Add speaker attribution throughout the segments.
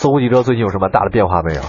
Speaker 1: 搜狐汽车最近有什么大的变化没有？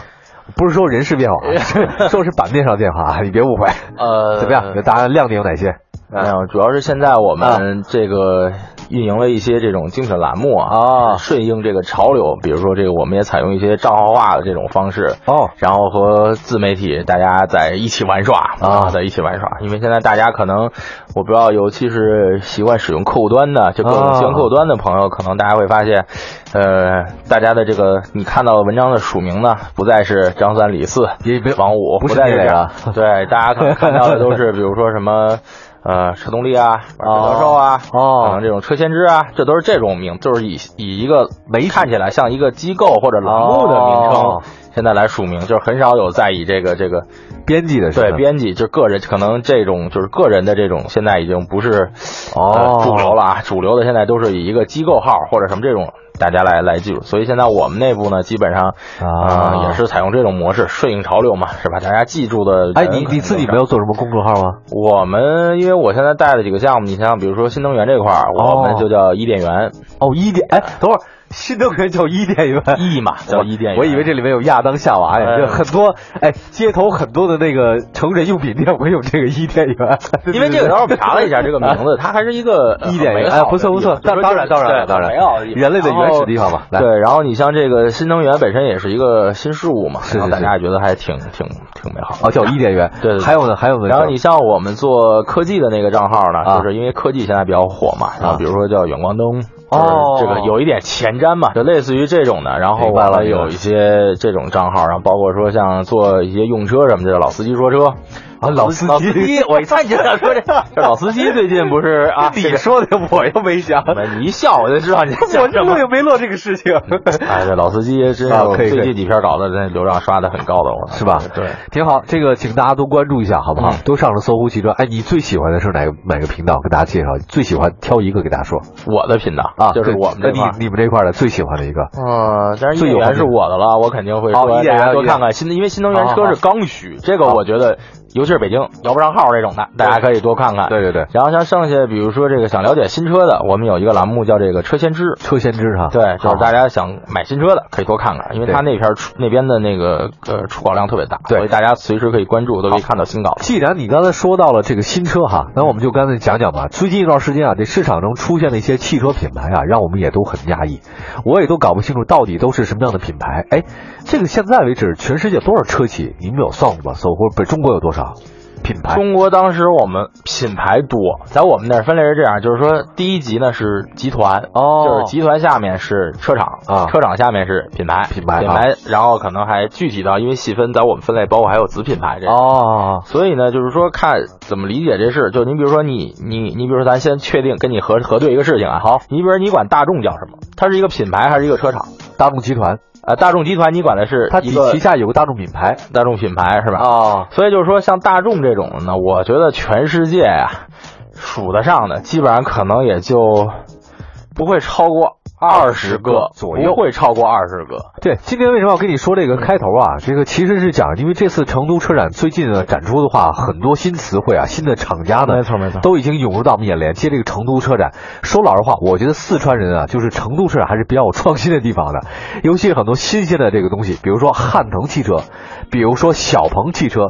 Speaker 1: 不是说人事变化 啊，是说是版面上变化啊，你别误会。
Speaker 2: 呃，
Speaker 1: 怎么样？给大家亮点有哪些？
Speaker 2: 没有，主要是现在我们这个运营了一些这种精品栏目啊，
Speaker 1: 啊
Speaker 2: 顺应这个潮流，比如说这个我们也采用一些账号化的这种方式，
Speaker 1: 哦，
Speaker 2: 然后和自媒体大家在一起玩耍
Speaker 1: 啊
Speaker 2: 在一起玩耍。因为现在大家可能我不知道，尤其是习惯使用客户端的，就各种
Speaker 1: 啊
Speaker 2: 习惯客户端的朋友，可能大家会发现，呃，大家的这个你看到的文章的署名呢，不再是张三李四
Speaker 1: 也没
Speaker 2: 王五，
Speaker 1: 不是
Speaker 2: 再
Speaker 1: 那
Speaker 2: 这
Speaker 1: 个
Speaker 2: 样。对，大家可能看到的都是，比如说什么。呃，车动力啊，
Speaker 1: 哦
Speaker 2: 德寿啊，
Speaker 1: 哦
Speaker 2: 可能这种车先知啊，这都是这种名，就是以以一个没看起来像一个机构或者栏目的名称，
Speaker 1: 哦
Speaker 2: 现在来署名，就是很少有再以这个这个
Speaker 1: 编辑的是
Speaker 2: 对
Speaker 1: 吧
Speaker 2: 编辑，就个人可能这种就是个人的这种，现在已经不是
Speaker 1: 哦
Speaker 2: 呃、主流了啊，主流的现在都是以一个机构号或者什么这种大家来来记住，所以现在我们内部呢，基本上
Speaker 1: 啊
Speaker 2: 呃也是采用这种模式，顺应潮流嘛，是吧？大家记住的人
Speaker 1: 哎，你
Speaker 2: 可能
Speaker 1: 你自己
Speaker 2: 少
Speaker 1: 没有做什么公众号吗？
Speaker 2: 我们因为我现在带了几个项目，你像比如说新能源这块儿，我们
Speaker 1: 哦
Speaker 2: 就叫伊 甸园，
Speaker 1: 哦，伊甸，哎，等会儿新能源叫伊甸园。
Speaker 2: 伊 嘛叫伊甸园，
Speaker 1: 哦我以为这里面有亚当夏娃呀，
Speaker 2: 哎
Speaker 1: 这很多哎，街头很多的那个成人用品店会有这个伊甸园，
Speaker 2: 因为这个时候我们查了一下这个名
Speaker 1: 字。
Speaker 2: 字，它还是一个 呃
Speaker 1: 一点
Speaker 2: 很美
Speaker 1: 哎，
Speaker 2: 好的
Speaker 1: 不错不错，
Speaker 2: 地方
Speaker 1: 当
Speaker 2: 就
Speaker 1: 当
Speaker 2: 是
Speaker 1: 然当然
Speaker 2: 对
Speaker 1: 当然
Speaker 2: 很美好的地，方
Speaker 1: 人类的原始地方嘛，来，
Speaker 2: 对，然后你像这个新能源本身也是一个新事物嘛，
Speaker 1: 是
Speaker 2: 然后
Speaker 1: 是
Speaker 2: 大
Speaker 1: 是
Speaker 2: 家觉得还挺挺挺美好的。
Speaker 1: 哦，叫伊甸园，
Speaker 2: 对对对
Speaker 1: 还有呢还有呢，
Speaker 2: 然后你像我们做科技的那个账号呢，
Speaker 1: 啊
Speaker 2: 就是因为科技现在比较火嘛，然后比如说叫远光灯，
Speaker 1: 哦
Speaker 2: 就是这个有一点前瞻嘛，就类似于这种的。然后
Speaker 1: 明白了
Speaker 2: 我们
Speaker 1: 明白了
Speaker 2: 有一些这种账号，然后包括说像做一些用车什么的，老司机说车。
Speaker 1: 啊老司机，
Speaker 2: 老司机，我一看你就想 说这这老司机最近不是啊
Speaker 1: 你说的我又没想，
Speaker 2: 这个你一笑我就知道你在
Speaker 1: 我
Speaker 2: 想什么
Speaker 1: 乐。也没乐这个事情，
Speaker 2: 哎，这老司机真是
Speaker 1: 啊
Speaker 2: 我
Speaker 1: 可以可以
Speaker 2: 最近几篇稿子，那流量刷的很高的，我
Speaker 1: 是吧？
Speaker 2: 对，，
Speaker 1: 挺好，这个请大家多关注一下，好不好
Speaker 2: 嗯？
Speaker 1: 都上了搜狐汽车，哎，你最喜欢的是哪个哪个频道？给大家介绍，最喜欢挑一个给大家说
Speaker 2: 我的频道
Speaker 1: 啊，
Speaker 2: 就是
Speaker 1: 对
Speaker 2: 我们
Speaker 1: 那
Speaker 2: 这块儿
Speaker 1: 你你们这块儿的最喜欢的一个，
Speaker 2: 嗯，但是
Speaker 1: 最
Speaker 2: 一
Speaker 1: 有
Speaker 2: 元
Speaker 1: 行
Speaker 2: 是
Speaker 1: 情
Speaker 2: 我的了，我肯定会
Speaker 1: 哦一
Speaker 2: 说大
Speaker 1: 元
Speaker 2: 家多
Speaker 1: 一元
Speaker 2: 看看新的，因为新能源
Speaker 1: 好
Speaker 2: 车
Speaker 1: 好
Speaker 2: 是刚需，这个我觉得，尤其是北京摇不上号这种的，大家可以多看看。
Speaker 1: 对对对，
Speaker 2: 然后像剩下，比如说这个想了解新车的，我们有一个栏目叫这个车先知，
Speaker 1: 车先知哈，
Speaker 2: 对，就
Speaker 1: 好
Speaker 2: 是大家想买新车的可以多看看，因为
Speaker 1: 对
Speaker 2: 他那片出那边的那个呃出稿量特别大，
Speaker 1: 对
Speaker 2: 所以大家随时可以关注，都可以看到新稿。
Speaker 1: 既然你刚才说到了这个新车哈，那我们就刚才讲讲吧。最近一段时间啊，这市场中出现了一些汽车品牌啊，让我们也都很压抑，我也都搞不清楚到底都是什么样的品牌。哎，这个现在为止，全世界多少车企？你们有算过吗？搜或者不是中国有多少品牌？
Speaker 2: 中国当时我们品牌多，在我们那儿分类是这样，就是说第一级呢是集团，
Speaker 1: 哦
Speaker 2: 就是集团下面是车厂
Speaker 1: 啊
Speaker 2: 车厂下面是品牌，
Speaker 1: 品牌啊
Speaker 2: 品牌，然后可能还具体到，因为细分，在我们分类包括还有子品牌这个。
Speaker 1: 哦，
Speaker 2: 所以呢，就是说看怎么理解这事。就你比如说你你你比如说咱先确定跟你核核对一个事情啊，好，你比如说你管大众叫什么，它是一个品牌还是一个车厂？
Speaker 1: 大众集团，
Speaker 2: 呃，大众集团你管的是
Speaker 1: 它
Speaker 2: 一
Speaker 1: 底
Speaker 2: 个啊
Speaker 1: 旗下有个大众品牌
Speaker 2: 大众品牌是吧？
Speaker 1: 哦，
Speaker 2: 所以就是说，像大众这种的呢，我觉得全世界呀、数得上的，基本上可能也就不会超过二十个
Speaker 1: 左右
Speaker 2: 不会超过二十个。
Speaker 1: 对，今天为什么要跟你说这个开头啊？这个其实是讲，因为这次成都车展最近的展出的话，很多新词汇啊，新的厂家呢，
Speaker 2: 没错没错
Speaker 1: 都已经涌入到我们眼帘。接这个成都车展，说老实话，我觉得四川人啊，就是成都车展还是比较有创新的地方的，尤其是很多新鲜的这个东西，比如说汉腾汽车，比如说小鹏汽车，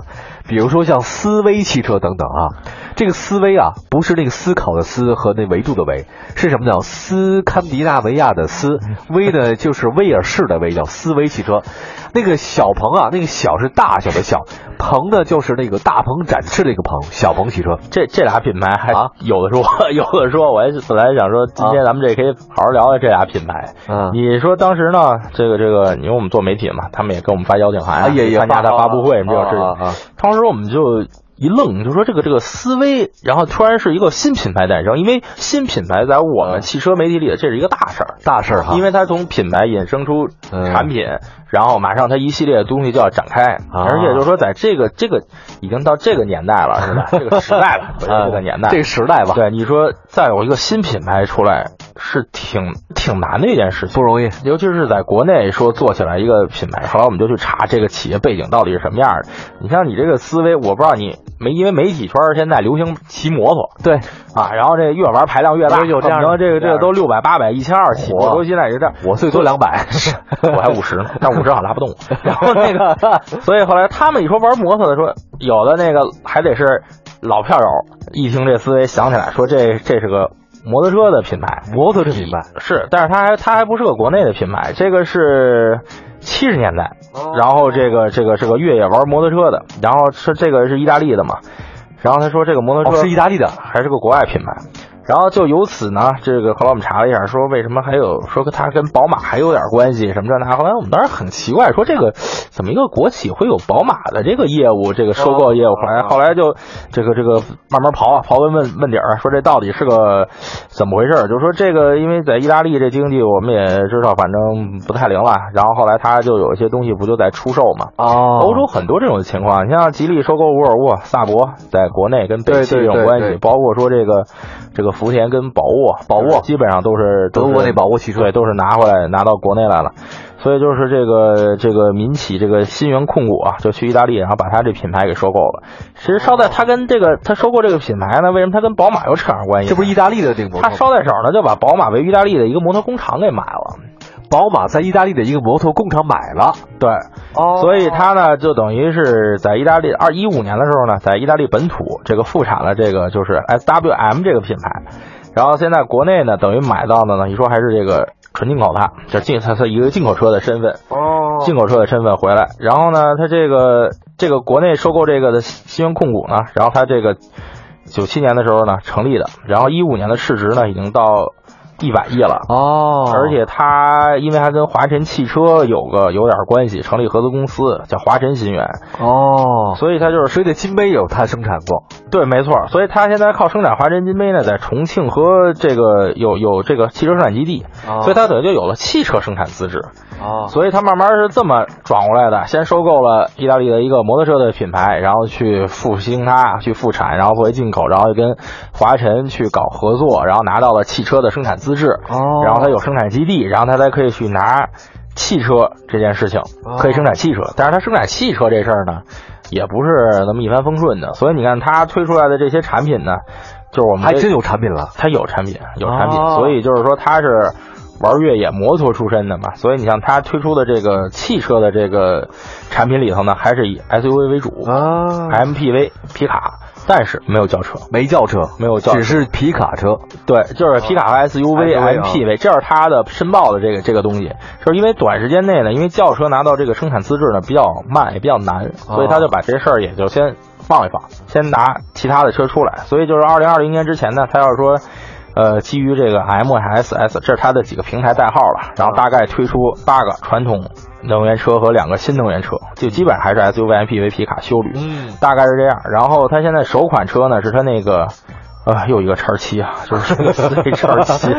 Speaker 1: 比如说像思威汽车等等啊。这个思威啊，不是那个思考的思和那维度的维，是什么呢？斯堪的纳维亚的斯，威呢就是威尔士的威，叫斯威汽车。那个小鹏啊，那个小是大小的小，鹏呢就是那个大鹏展翅的一个鹏，小鹏汽车。
Speaker 2: 这这俩品牌还
Speaker 1: 啊
Speaker 2: 有的说， 有的说，我还本来想说，今天咱们这可以好好聊聊这俩品牌。
Speaker 1: 嗯
Speaker 2: 你说当时呢，这个这个，因为我们做媒体嘛，他们也给我们发邀请函、
Speaker 1: 啊也也
Speaker 2: 参
Speaker 1: 发
Speaker 2: 加他
Speaker 1: 啊
Speaker 2: 发布会什么这种事情。
Speaker 1: 啊啊啊
Speaker 2: 当时我们就一愣，就说这个这个思维，然后突然是一个新品牌诞生，因为新品牌在我
Speaker 1: 嗯
Speaker 2: 们汽车媒体里这是一个大事儿。
Speaker 1: 大事儿哈，
Speaker 2: 因为它从品牌衍生出产品，然后马上它一系列的东西就要展开，
Speaker 1: 嗯啊
Speaker 2: 而且就是说，在这个这个已经到这个年代了， 是吧？这个时代 了，不是
Speaker 1: 啊
Speaker 2: 呃这个年代，
Speaker 1: 这个时代吧，
Speaker 2: 对，你说再有一个新品牌出来是挺挺难的一件事情，
Speaker 1: 不容易。
Speaker 2: 尤其是在国内说做起来一个品牌，后来我们就去查这个企业背景到底是什么样的。你像你这个思维，我不知道你媒因为媒体圈现在流行骑摩托
Speaker 1: 对，
Speaker 2: 啊，然后这越玩排量越大，
Speaker 1: 有有这样的
Speaker 2: 恨不得这个
Speaker 1: 有这
Speaker 2: 这
Speaker 1: 样
Speaker 2: 个
Speaker 1: 的
Speaker 2: 都六百八百一千二起，
Speaker 1: 嚯
Speaker 2: 我都现在也是这样。
Speaker 1: 我最多两百，
Speaker 2: 我还五十呢，但五十好像拉不动我。 然后那个，所以后来他们一说玩摩托的说，有的那个还得是老票友，一听这思维想起来说这这是个摩托车的品牌，
Speaker 1: 摩托这品牌，
Speaker 2: 是，但是它还它还不是个国内的品牌，这个是七十年代，
Speaker 1: 哦
Speaker 2: 然后这个这个是个越野玩摩托车的，然后是这个是意大利的嘛，然后他说这个摩托
Speaker 1: 哦
Speaker 2: 车
Speaker 1: 是意大利的，
Speaker 2: 还是个国外品牌。然后就由此呢，这个后来我们查了一下，说为什么还有说它跟宝马还有点关系什么这那。后来我们当时很奇怪，说这个怎么一个国企会有宝马的这个业务，这个收购业务？后来
Speaker 1: 哦
Speaker 2: 后来就这个这个慢慢刨啊刨根问问底儿，说这到底是个怎么回事儿？就是说这个，因为在意大利这经济我们也知道，反正不太灵了。然后后来它就有一些东西不就在出售嘛，
Speaker 1: 哦
Speaker 2: 欧洲很多这种情况，你像吉利收购沃尔沃、萨博，在国内跟北汽
Speaker 1: 对对
Speaker 2: 这种关系，
Speaker 1: 对对
Speaker 2: 包括说这个这个福田跟宝沃，宝沃基本上都是
Speaker 1: 德国那宝沃汽车
Speaker 2: 对，都是拿回来拿到国内来了。所以就是这个这个民企这个新源控股啊，就去意大利，然后把它这品牌给收购了。其实捎带
Speaker 1: 哦
Speaker 2: 它跟这个它收购这个品牌呢，为什么它跟宝马又扯上关系呢？
Speaker 1: 这不是意大利的这个摩
Speaker 2: 它
Speaker 1: 托吗，
Speaker 2: 捎带手呢就把宝马为意大利的一个摩托工厂给买了。
Speaker 1: 宝马在意大利的一个摩托工厂买了，
Speaker 2: 对，
Speaker 1: 哦
Speaker 2: 所以它呢，就等于是在意大利二一五年的时候呢，在意大利本土这个复产了这个就是 S W M 这个品牌，然后现在国内呢，等于买到的呢，你说还是这个纯进口它，就是进它是一个进口车的身份，
Speaker 1: 哦
Speaker 2: 进口车的身份回来，然后呢，它这个这个国内收购这个的新源控股呢，然后它这个九七年的时候呢成立的，然后一五年的市值呢已经到一百亿了。
Speaker 1: 哦，
Speaker 2: 而且它因为还跟华晨汽车有个有点关系，成立合资公司叫华晨新源，
Speaker 1: 哦，
Speaker 2: 所以它就是
Speaker 1: 所以这金杯有它生产过，
Speaker 2: 对，没错，所以它现在靠生产华晨金杯呢，在重庆和这个有有这个汽车生产基地，所以它等于就有了汽车生产资质，
Speaker 1: 哦
Speaker 2: 所以它慢慢是这么转过来的，先收购了意大利的一个摩托车的品牌，然后去复兴它，去复产，然后作为进口，然后又跟华晨去搞合作，然后拿到了汽车的生产资质，
Speaker 1: 哦
Speaker 2: 然后它有生产基地，然后它才可以去拿汽车这件事情
Speaker 1: 哦，
Speaker 2: 可以生产汽车。但是它生产汽车这事儿呢，也不是那么一帆风顺的。所以你看它推出来的这些产品呢，就是我们
Speaker 1: 还
Speaker 2: 这
Speaker 1: 真有产品了，
Speaker 2: 它有产品，有产品，
Speaker 1: 哦
Speaker 2: 所以就是说它是玩越野摩托出身的嘛。所以你像它推出的这个汽车的这个产品里头呢，还是以 SUV 为主、
Speaker 1: 啊
Speaker 2: m p v 皮卡，但是没有轿车。
Speaker 1: 没轿车，
Speaker 2: 没有轿车
Speaker 1: 只是皮卡车，
Speaker 2: 对，就是皮卡和 SUV、
Speaker 1: SUV 啊
Speaker 2: MPV，这是它的申报的这个这个东西，就是因为短时间内呢，因为轿车拿到这个生产资质呢比较慢，也比较难，
Speaker 1: 啊
Speaker 2: 所以他就把这事儿也就先放一放，先拿其他的车出来。所以就是二零二零年之前呢，他要是说。呃，基于这个 MSS，这是它的几个平台代号
Speaker 1: 啊
Speaker 2: 了，然后大概推出八个传统能源车和两个新能源车，就基本上还是 SUV、MPV、皮卡、修旅。
Speaker 1: 嗯，
Speaker 2: 大概是这样。然后它现在首款车呢是它那个，呃，又一个叉七啊， 就是这个思维叉七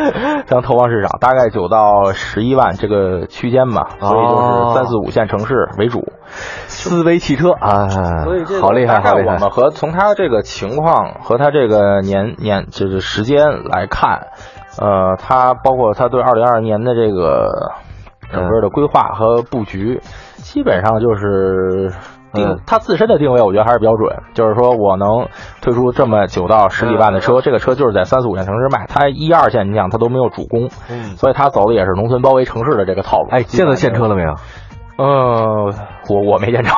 Speaker 2: 将投放市场，大概九到十一万这个区间吧，所以就是三四五线城市为主。
Speaker 1: 思维汽车啊，
Speaker 2: 所以这个
Speaker 1: 好厉害，
Speaker 2: 大概
Speaker 1: 好厉害
Speaker 2: 我，们和从它这个情况和它这个年年就是时间来看，呃，它包括它对二零二二年的这个
Speaker 1: 嗯
Speaker 2: 整个的规划和布局，基本上就是。定
Speaker 1: 嗯
Speaker 2: 它自身的定位，我觉得还是比较准。就是说我能推出这么九到十几万的
Speaker 1: 嗯
Speaker 2: 车，这个车就是在三四五线城市卖。它一二线，你想它都没有主攻，
Speaker 1: 嗯，
Speaker 2: 所以它走的也是农村包围城市的这个套路。
Speaker 1: 哎，见到现车了没有？
Speaker 2: 呃，我我没见着，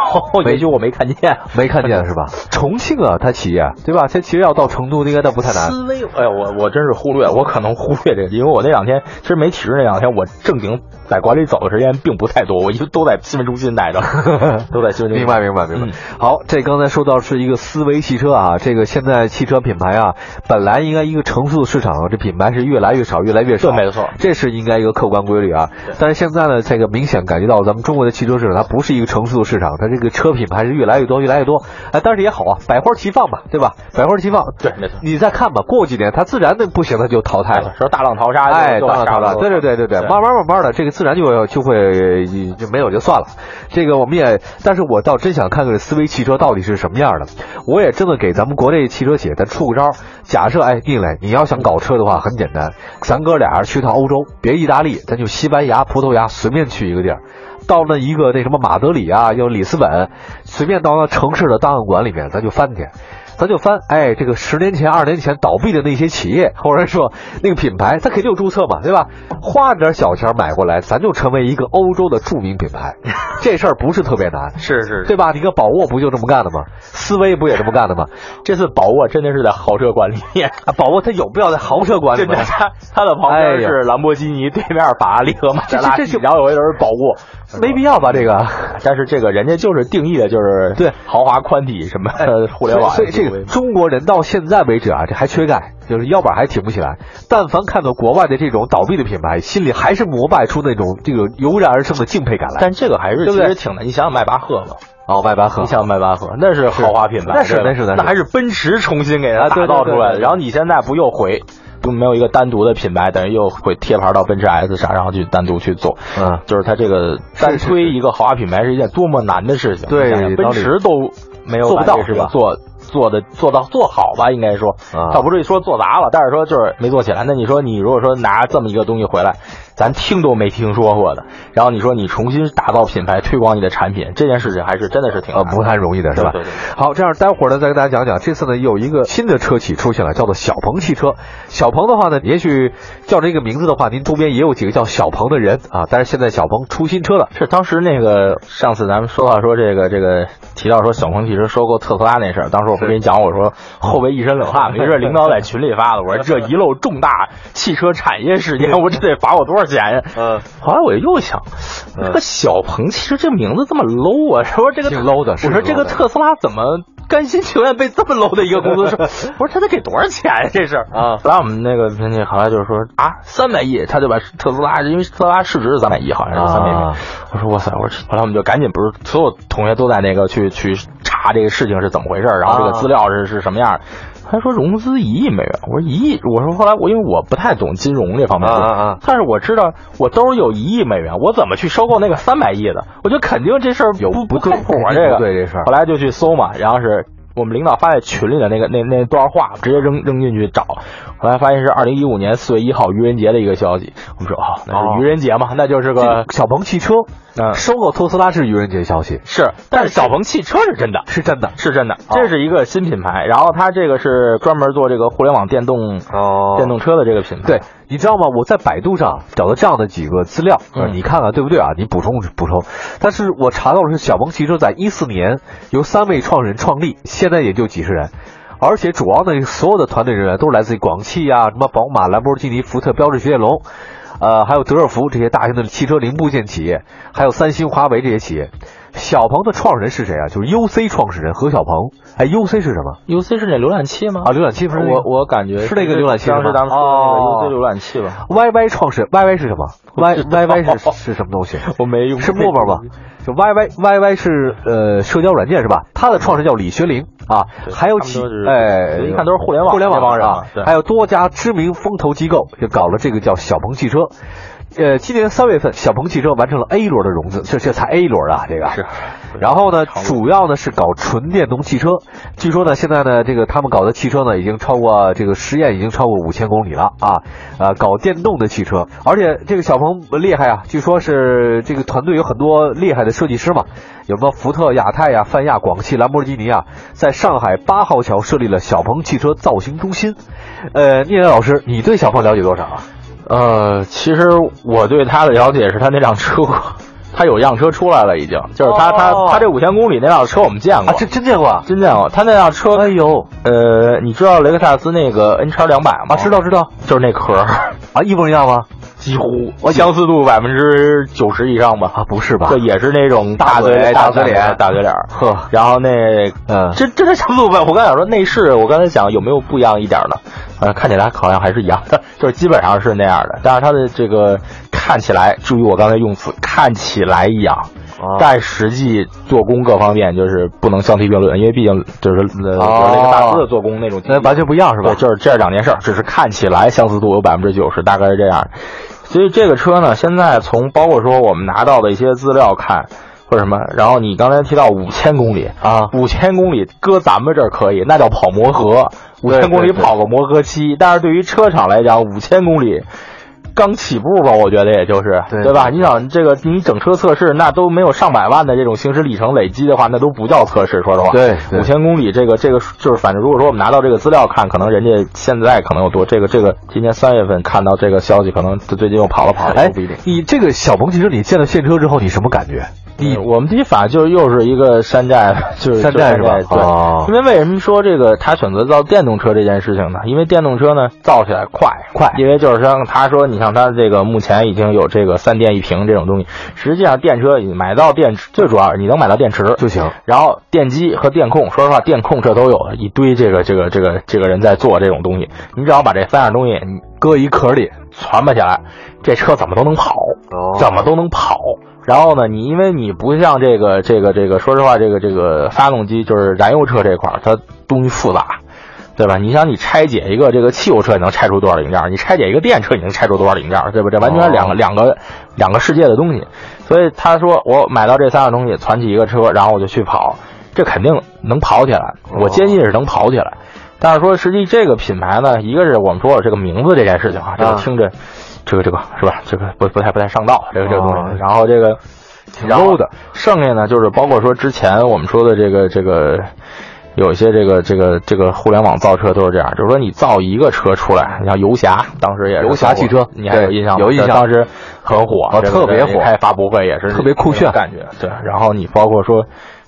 Speaker 2: 也许我没看见。
Speaker 1: 没看见是吧？重庆啊，它起业对吧？它其实要到成都，应该倒不太难。
Speaker 2: 思维，哎呀，我我真是忽略，我可能忽略这个，因为我那两天其实没体制那两天，我正经在管理走的时间并不太多，我一直都在新闻中心待着，都在新闻中心。
Speaker 1: 明白，明白，明白。
Speaker 2: 嗯
Speaker 1: 好，这刚才说到是一个思维汽车啊，这个现在汽车品牌啊，本来应该一个成熟的市场，这品牌是越来越少，越来越少。
Speaker 2: 对没错
Speaker 1: 这是应该一个客观规律啊。但是现在呢，这个明显感觉到咱们中国的汽车市场，它不是一个成熟的市场，它这个车品牌是越来越多，越来越多。哎，但是也好啊，百花齐放吧，对吧？百花齐放。
Speaker 2: 对，没错。
Speaker 1: 你再看吧，过几年它自然的不行，它就淘汰了。
Speaker 2: 说大浪淘沙，
Speaker 1: 哎，
Speaker 2: 就
Speaker 1: 当然，当然，对对对对对，慢慢慢慢的，这个自然就会就会就没有就算了。这个我们也，但是我倒真想看看思维汽车到底是什么样的。我也真的给咱们国内汽车企业咱出个招儿，假设哎，聂磊，你要想搞车的话，很简单，咱哥俩去趟欧洲，别意大利，咱就西班牙、葡萄牙，随便去一个地儿。到那一个那什么马德里啊，要里斯本，随便到那城市的档案馆里面，咱就翻去。咱就翻，哎，这个十年前、二十年前倒闭的那些企业，或者说那个品牌，它肯定有注册嘛，对吧？花点小钱买过来，咱就成为一个欧洲的著名品 牌，这事儿不是特别难，
Speaker 2: 是是
Speaker 1: 对吧？你看宝沃不就这么干的吗？思威不也这么干的吗？
Speaker 2: 这次宝沃真的是在豪车馆里面，
Speaker 1: 啊， 宝沃它有必要在豪车馆里
Speaker 2: 真的
Speaker 1: 吗？
Speaker 2: 它它的旁
Speaker 1: 哎
Speaker 2: 边
Speaker 1: 呀
Speaker 2: 是兰博基尼，对面法拉利和玛莎拉
Speaker 1: 这
Speaker 2: 蒂
Speaker 1: 这这，
Speaker 2: 然后有一轮是宝沃，
Speaker 1: 没必要吧？这个。
Speaker 2: 但是这个人家就是定义的，就是
Speaker 1: 对
Speaker 2: 豪华、宽体什么呃互联网，
Speaker 1: 所以所以这个
Speaker 2: 对
Speaker 1: 中国人到现在为止啊，这还缺钙，就是腰板还挺不起来。但凡看到国外的这种倒闭的品牌，心里还是膜拜出那种这个油然而生的敬佩感来。
Speaker 2: 但这个还是
Speaker 1: 对
Speaker 2: 其
Speaker 1: 不对
Speaker 2: 实挺难。你想想迈巴赫吧，
Speaker 1: 哦，迈巴赫
Speaker 2: 你，想想迈巴赫，那是豪华品牌，
Speaker 1: 那是
Speaker 2: 对吧
Speaker 1: 那是那是
Speaker 2: 那还是奔驰重新给它
Speaker 1: 啊对
Speaker 2: 打造出
Speaker 1: 对对
Speaker 2: 来
Speaker 1: 对
Speaker 2: 的。
Speaker 1: 对
Speaker 2: 然后你现在不又回，就没有一个单独的品牌，等于又会贴牌到奔驰 S 上，然后去单独去做。
Speaker 1: 嗯，
Speaker 2: 就是它这个
Speaker 1: 是
Speaker 2: 单
Speaker 1: 是
Speaker 2: 推一个豪华品牌是一件多么难的事情，
Speaker 1: 对
Speaker 2: 你想想
Speaker 1: 道
Speaker 2: 奔
Speaker 1: 理
Speaker 2: 驰都没有
Speaker 1: 做不
Speaker 2: 把这
Speaker 1: 到
Speaker 2: 事
Speaker 1: 是
Speaker 2: 情
Speaker 1: 吧
Speaker 2: 做做的做到做好吧，应该说
Speaker 1: 啊，
Speaker 2: 倒不至于说做砸了，但是说就是没做起来。那你说你如果说拿这么一个东西回来，咱听都没听说过的，然后你说你重新打造品牌、推广你的产品，这件事情还是真的是挺
Speaker 1: 呃，
Speaker 2: 难的
Speaker 1: 不太容易的是吧？
Speaker 2: 对对对
Speaker 1: 好，这样待会儿呢，再跟大家讲讲，这次呢有一个新的车企出现了，叫做小鹏汽车。小鹏的话呢，也许叫这个名字的话，您周边也有几个叫小鹏的人啊。但是现在小鹏出新车了，
Speaker 2: 是当时那个上次咱们说到说这个这个提到说小鹏汽车收购特斯拉那事儿，当时我不跟你讲，我说后背一身冷汗，没事儿领导在群里发的，我说这遗漏重大汽车产业事件，我这得罚我多少钱 呀？
Speaker 1: 嗯，
Speaker 2: 后来我又想，
Speaker 1: 嗯
Speaker 2: 这个小鹏汽车这名字这么 low 啊，说这个
Speaker 1: 挺 low 的是
Speaker 2: 我说
Speaker 1: 挺
Speaker 2: 这
Speaker 1: low
Speaker 2: 个
Speaker 1: 的
Speaker 2: 特斯拉怎么甘心情愿被这么 low 的一个公司收？我说他得给多少钱呀、这是
Speaker 1: 啊
Speaker 2: 后来我们那个编辑后来就是说啊，三百亿，他就把特斯拉，因为特斯拉市值是三百亿，好像是三百亿。
Speaker 1: 啊
Speaker 2: 我说哇塞，我说后来我们就赶紧不是所有同学都在那个去去查这个事情是怎么回事儿，然后这
Speaker 1: 啊
Speaker 2: 个资料是是什么样儿。他说融资一亿美元，我说一亿，我说后来我因为我不太懂金融这方面，
Speaker 1: 啊啊啊
Speaker 2: 但是我知道我兜儿有一亿美元，我怎么去收购那个三百亿的？我觉得肯定这事儿
Speaker 1: 有
Speaker 2: 不
Speaker 1: 不
Speaker 2: 不
Speaker 1: 对
Speaker 2: 靠谱啊，
Speaker 1: 肯定
Speaker 2: 这
Speaker 1: 不
Speaker 2: 个
Speaker 1: 对这事儿
Speaker 2: 后来就去搜嘛，然后是我们领导发在群里的那个那那段话，直接扔扔进去找，后来发现是二零一五年四月一号愚人节的一个消息，我们说啊、那
Speaker 1: 哦
Speaker 2: 是愚人节嘛，那就是个
Speaker 1: 小鹏汽车
Speaker 2: 嗯
Speaker 1: 收购特斯拉是愚人节消息，
Speaker 2: 是，但是小鹏汽车是真的。
Speaker 1: 是真的。哦
Speaker 2: 是真的，这是一个新品牌，然后它这个是专门做这个互联网电动
Speaker 1: 哦
Speaker 2: 电动车的这个品牌。
Speaker 1: 对，你知道吗？我在百度上找到这样的几个资料，
Speaker 2: 嗯
Speaker 1: 呃你看看对不对啊？你补充补充。但是我查到的是，小鹏汽车在一四年由三位创始人创立，现在也就几十人。而且主要呢，所有的团队人员都是来自于广汽啊、什么宝马、兰博基尼、福特、标致、雪铁龙，呃，还有德尔福这些大型的汽车零部件企业，还有三星、华为这些企业。小鹏的创始人是谁啊？就是 UC 创始人何小鹏。哎，UC 是什么
Speaker 2: UC 是那浏览器吗？
Speaker 1: 啊？浏览器不是那个
Speaker 2: 我我感觉
Speaker 1: 是那个浏览器
Speaker 2: 当时
Speaker 1: 是吧
Speaker 2: 咱们说的那
Speaker 1: 哦
Speaker 2: 个 UC 浏览器吧，
Speaker 1: YY 创始人，YY 是什么？Y
Speaker 2: 知道
Speaker 1: YY 是是什么东西？
Speaker 2: 我没用
Speaker 1: 是陌陌吧？就 YY YY 是呃社交软件是吧？它的创始人叫李学林啊，
Speaker 2: 对
Speaker 1: 还有
Speaker 2: 他们
Speaker 1: 几
Speaker 2: 都是
Speaker 1: 哎，
Speaker 2: 一看都是互联网
Speaker 1: 互联网
Speaker 2: 这帮人
Speaker 1: 啊
Speaker 2: 嘛对，
Speaker 1: 还有多家知名风投机构就搞了这个叫小鹏汽车。呃，今年三月份，小鹏汽车完成了 A 轮的融资，这这才 A 轮啊，这个
Speaker 2: 是
Speaker 1: 然后呢，
Speaker 2: 长
Speaker 1: 主要呢是搞纯电动汽车。据说呢，现在呢，这个他们搞的汽车呢，已经超过这个实验已经超过五千公里了啊。呃，搞电动的汽车，而且这个小鹏厉害啊，据说是这个团队有很多厉害的设计师嘛，有什么福特、亚太呀、啊泛亚、广汽、兰博基尼啊，在上海八号桥设立了小鹏汽车造型中心。呃，聂磊老师，你对小鹏了解多少啊？
Speaker 2: 呃，其实我对他的了解是他那辆车，他有样车出来了，已经，就是他、
Speaker 1: 哦
Speaker 2: 他他这五千公里那辆车我们见过，
Speaker 1: 啊，这真见过啊？
Speaker 2: 真见过。他那辆车，
Speaker 1: 哎呦，
Speaker 2: 呃，你知道雷克萨斯那个 N 叉两百
Speaker 1: 啊，
Speaker 2: 吗？
Speaker 1: 知，道知道
Speaker 2: 就是那壳儿，
Speaker 1: 啊，一模一样吗？
Speaker 2: 几乎相似度百分之九十以上吧。
Speaker 1: 啊，不是吧
Speaker 2: 这？也是那种
Speaker 1: 大
Speaker 2: 嘴
Speaker 1: 嘴大
Speaker 2: 大
Speaker 1: 嘴脸
Speaker 2: 大嘴脸儿。
Speaker 1: 呵，
Speaker 2: 然后那
Speaker 1: 嗯，
Speaker 2: 这真的差不多吧？我刚想说内饰，我刚才想有没有不一样一点儿的，呃，看起来好像还是一样的， 就是基本上是那样的。但是它的这个看起来，注意我刚才用词，看起来一样，
Speaker 1: 啊
Speaker 2: 但实际做工各方面就是不能相提并论，因为毕竟就是呃
Speaker 1: 哦
Speaker 2: 就是雷克萨斯的做工那种级别，
Speaker 1: 那完全不一样是吧
Speaker 2: 对，？就是这两件事儿，只是看起来相似度有百分之九十，大概是这样。所以这个车呢，现在从包括说我们拿到的一些资料看，或者什么，然后你刚才提到五千公里，
Speaker 1: 啊，
Speaker 2: 五千公里搁咱们这儿可以，那叫跑磨合。五
Speaker 1: 对
Speaker 2: 千公里
Speaker 1: 对对
Speaker 2: 跑个磨合期，但是对于车厂来讲，五千公里刚起步吧，我觉得也就是，
Speaker 1: 对
Speaker 2: 吧？你想这个你整车测试，那都没有上百万的这种行驶里程累积的话，那都不叫测试，说实话。
Speaker 1: 对对
Speaker 2: 五千公里这个这个就是，反正如果说我们拿到这个资料看，可能人家现在可能有多这个这个，今年三月份看到这个消息，可能最近又跑了跑了，
Speaker 1: 哎
Speaker 2: 不一定。，
Speaker 1: 你这个小鹏汽车，你见到现车之后，你什么感觉？
Speaker 2: 你我们第一反应就是又是一个山寨，就是
Speaker 1: 山寨是吧
Speaker 2: 就是啊对，
Speaker 1: 哦
Speaker 2: 因为为什么说这个他选择造电动车这件事情呢？因为电动车呢造起来快
Speaker 1: 快
Speaker 2: 因为就是像他说，你像他这个目前已经有这个三电一屏这种东西，实际上电车你买到电池，最主要是你能买到电池
Speaker 1: 就行。
Speaker 2: 然后电机和电控，说实话，电控这都有一堆这个这个这个这个人在做这种东西，你只要把这三样东西你
Speaker 1: 搁一壳里，
Speaker 2: 传吧起来，这车怎么都能跑。
Speaker 1: 哦
Speaker 2: 怎么都能跑。然后呢，你因为你不像这个这个这个，说实话，这个这个发动机就是燃油车这块儿，它东西复杂，对吧？你想你拆解一个这个汽油车，你能拆出多少零件儿？你拆解一个电车，你能拆出多少零件儿？对吧？这完全是两个、
Speaker 1: 哦
Speaker 2: 两个两个世界的东西。所以他说，我买到这三样东西，攒起一个车，然后我就去跑，这肯定能跑起来，
Speaker 1: 哦
Speaker 2: 我坚信是能跑起来。但是说，实际这个品牌呢，一个是我们说了这个名字这件事情啊，这个
Speaker 1: 啊
Speaker 2: 听着，这个这个是吧？这个不不太不太上道，啊这个这个东
Speaker 1: 哦
Speaker 2: 西。然后这个
Speaker 1: 挺 low
Speaker 2: 后
Speaker 1: 的，
Speaker 2: 剩下呢就是包括说之前我们说的这个这个。有一些这个这个这个互联网造车都是这样，就是说你造一个车出来，你像游侠当时也是
Speaker 1: 游侠
Speaker 2: 造过
Speaker 1: 汽车
Speaker 2: 你还有
Speaker 1: 对
Speaker 2: 印象吗？
Speaker 1: 有印
Speaker 2: 这
Speaker 1: 象
Speaker 2: 当时很火，
Speaker 1: 哦
Speaker 2: 这个
Speaker 1: 特别
Speaker 2: 这个
Speaker 1: 火
Speaker 2: 开发布会也是
Speaker 1: 特别酷炫
Speaker 2: 那种感觉。对，然后你包括说，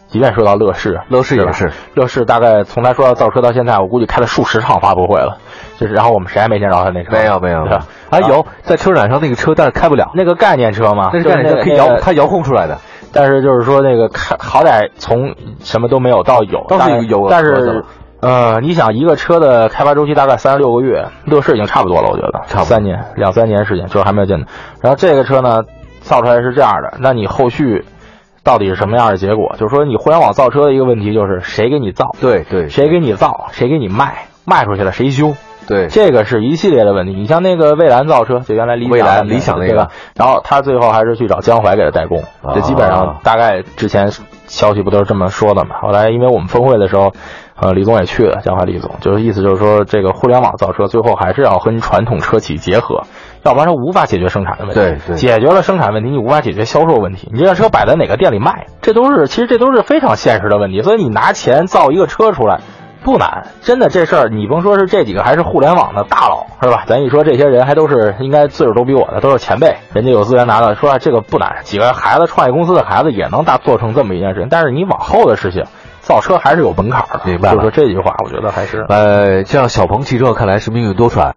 Speaker 2: 即便说到乐视，
Speaker 1: 乐视
Speaker 2: 对
Speaker 1: 也
Speaker 2: 吧
Speaker 1: 是，
Speaker 2: 乐视大概从他说要造车到现在，我估计开了数十场发布会了，就是然后我们谁还没见着他那车？
Speaker 1: 没有没有
Speaker 2: 对吧，
Speaker 1: 啊有在车展上那个车，但是开不了，
Speaker 2: 那个概念车嘛，
Speaker 1: 那是
Speaker 2: 就是
Speaker 1: 概念车可以
Speaker 2: 那
Speaker 1: 遥
Speaker 2: 个
Speaker 1: 它遥控出来的，
Speaker 2: 但是就是说那个看，好歹从什么都没有到有，
Speaker 1: 倒是
Speaker 2: 但
Speaker 1: 有
Speaker 2: 但
Speaker 1: 有的
Speaker 2: 是
Speaker 1: 了
Speaker 2: 呃，你想一个车的开发周期大概三十六个月，乐视已经差不多了，我觉得
Speaker 1: 差不多
Speaker 2: 三年两三年时间，就是还没有见到。然后这个车呢，造出来是这样的，那你后续到底是什么样的结果？就是说你互联网造车的一个问题就是谁给你造，
Speaker 1: 对对
Speaker 2: 谁给你造，啊谁给你卖，卖出去了谁修？
Speaker 1: 对
Speaker 2: 这个是一系列的问题。你像那个蔚蓝造车，就原来理想
Speaker 1: 蔚蓝
Speaker 2: 他们
Speaker 1: 理想那个
Speaker 2: 对吧？然后他最后还是去找江淮给他代工，
Speaker 1: 啊
Speaker 2: 这基本上大概之前消息不都是这么说的嘛？后来因为我们峰会的时候，呃，李总也去了，江淮李总，就是意思就是说，这个互联网造车最后还是要跟传统车企结合。要不然它无法解决生产的问题，
Speaker 1: 对对
Speaker 2: 解决了生产问题，你无法解决销售问题。你这辆车摆在哪个店里卖，这都是其实这都是非常现实的问题。所以你拿钱造一个车出来，不难，真的这事儿你甭说是这几个，还是互联网的大佬是吧？咱一说这些人还都是应该岁数都比我的，都是前辈，人家有资源拿到，说啊这个不难，几个孩子创业公司的孩子也能大做成这么一件事情。但是你往后的事情，造车还是有门槛儿的，
Speaker 1: 明白了
Speaker 2: 就是说这句话，我觉得还是
Speaker 1: 呃，这样小鹏汽车看来是命运多舛。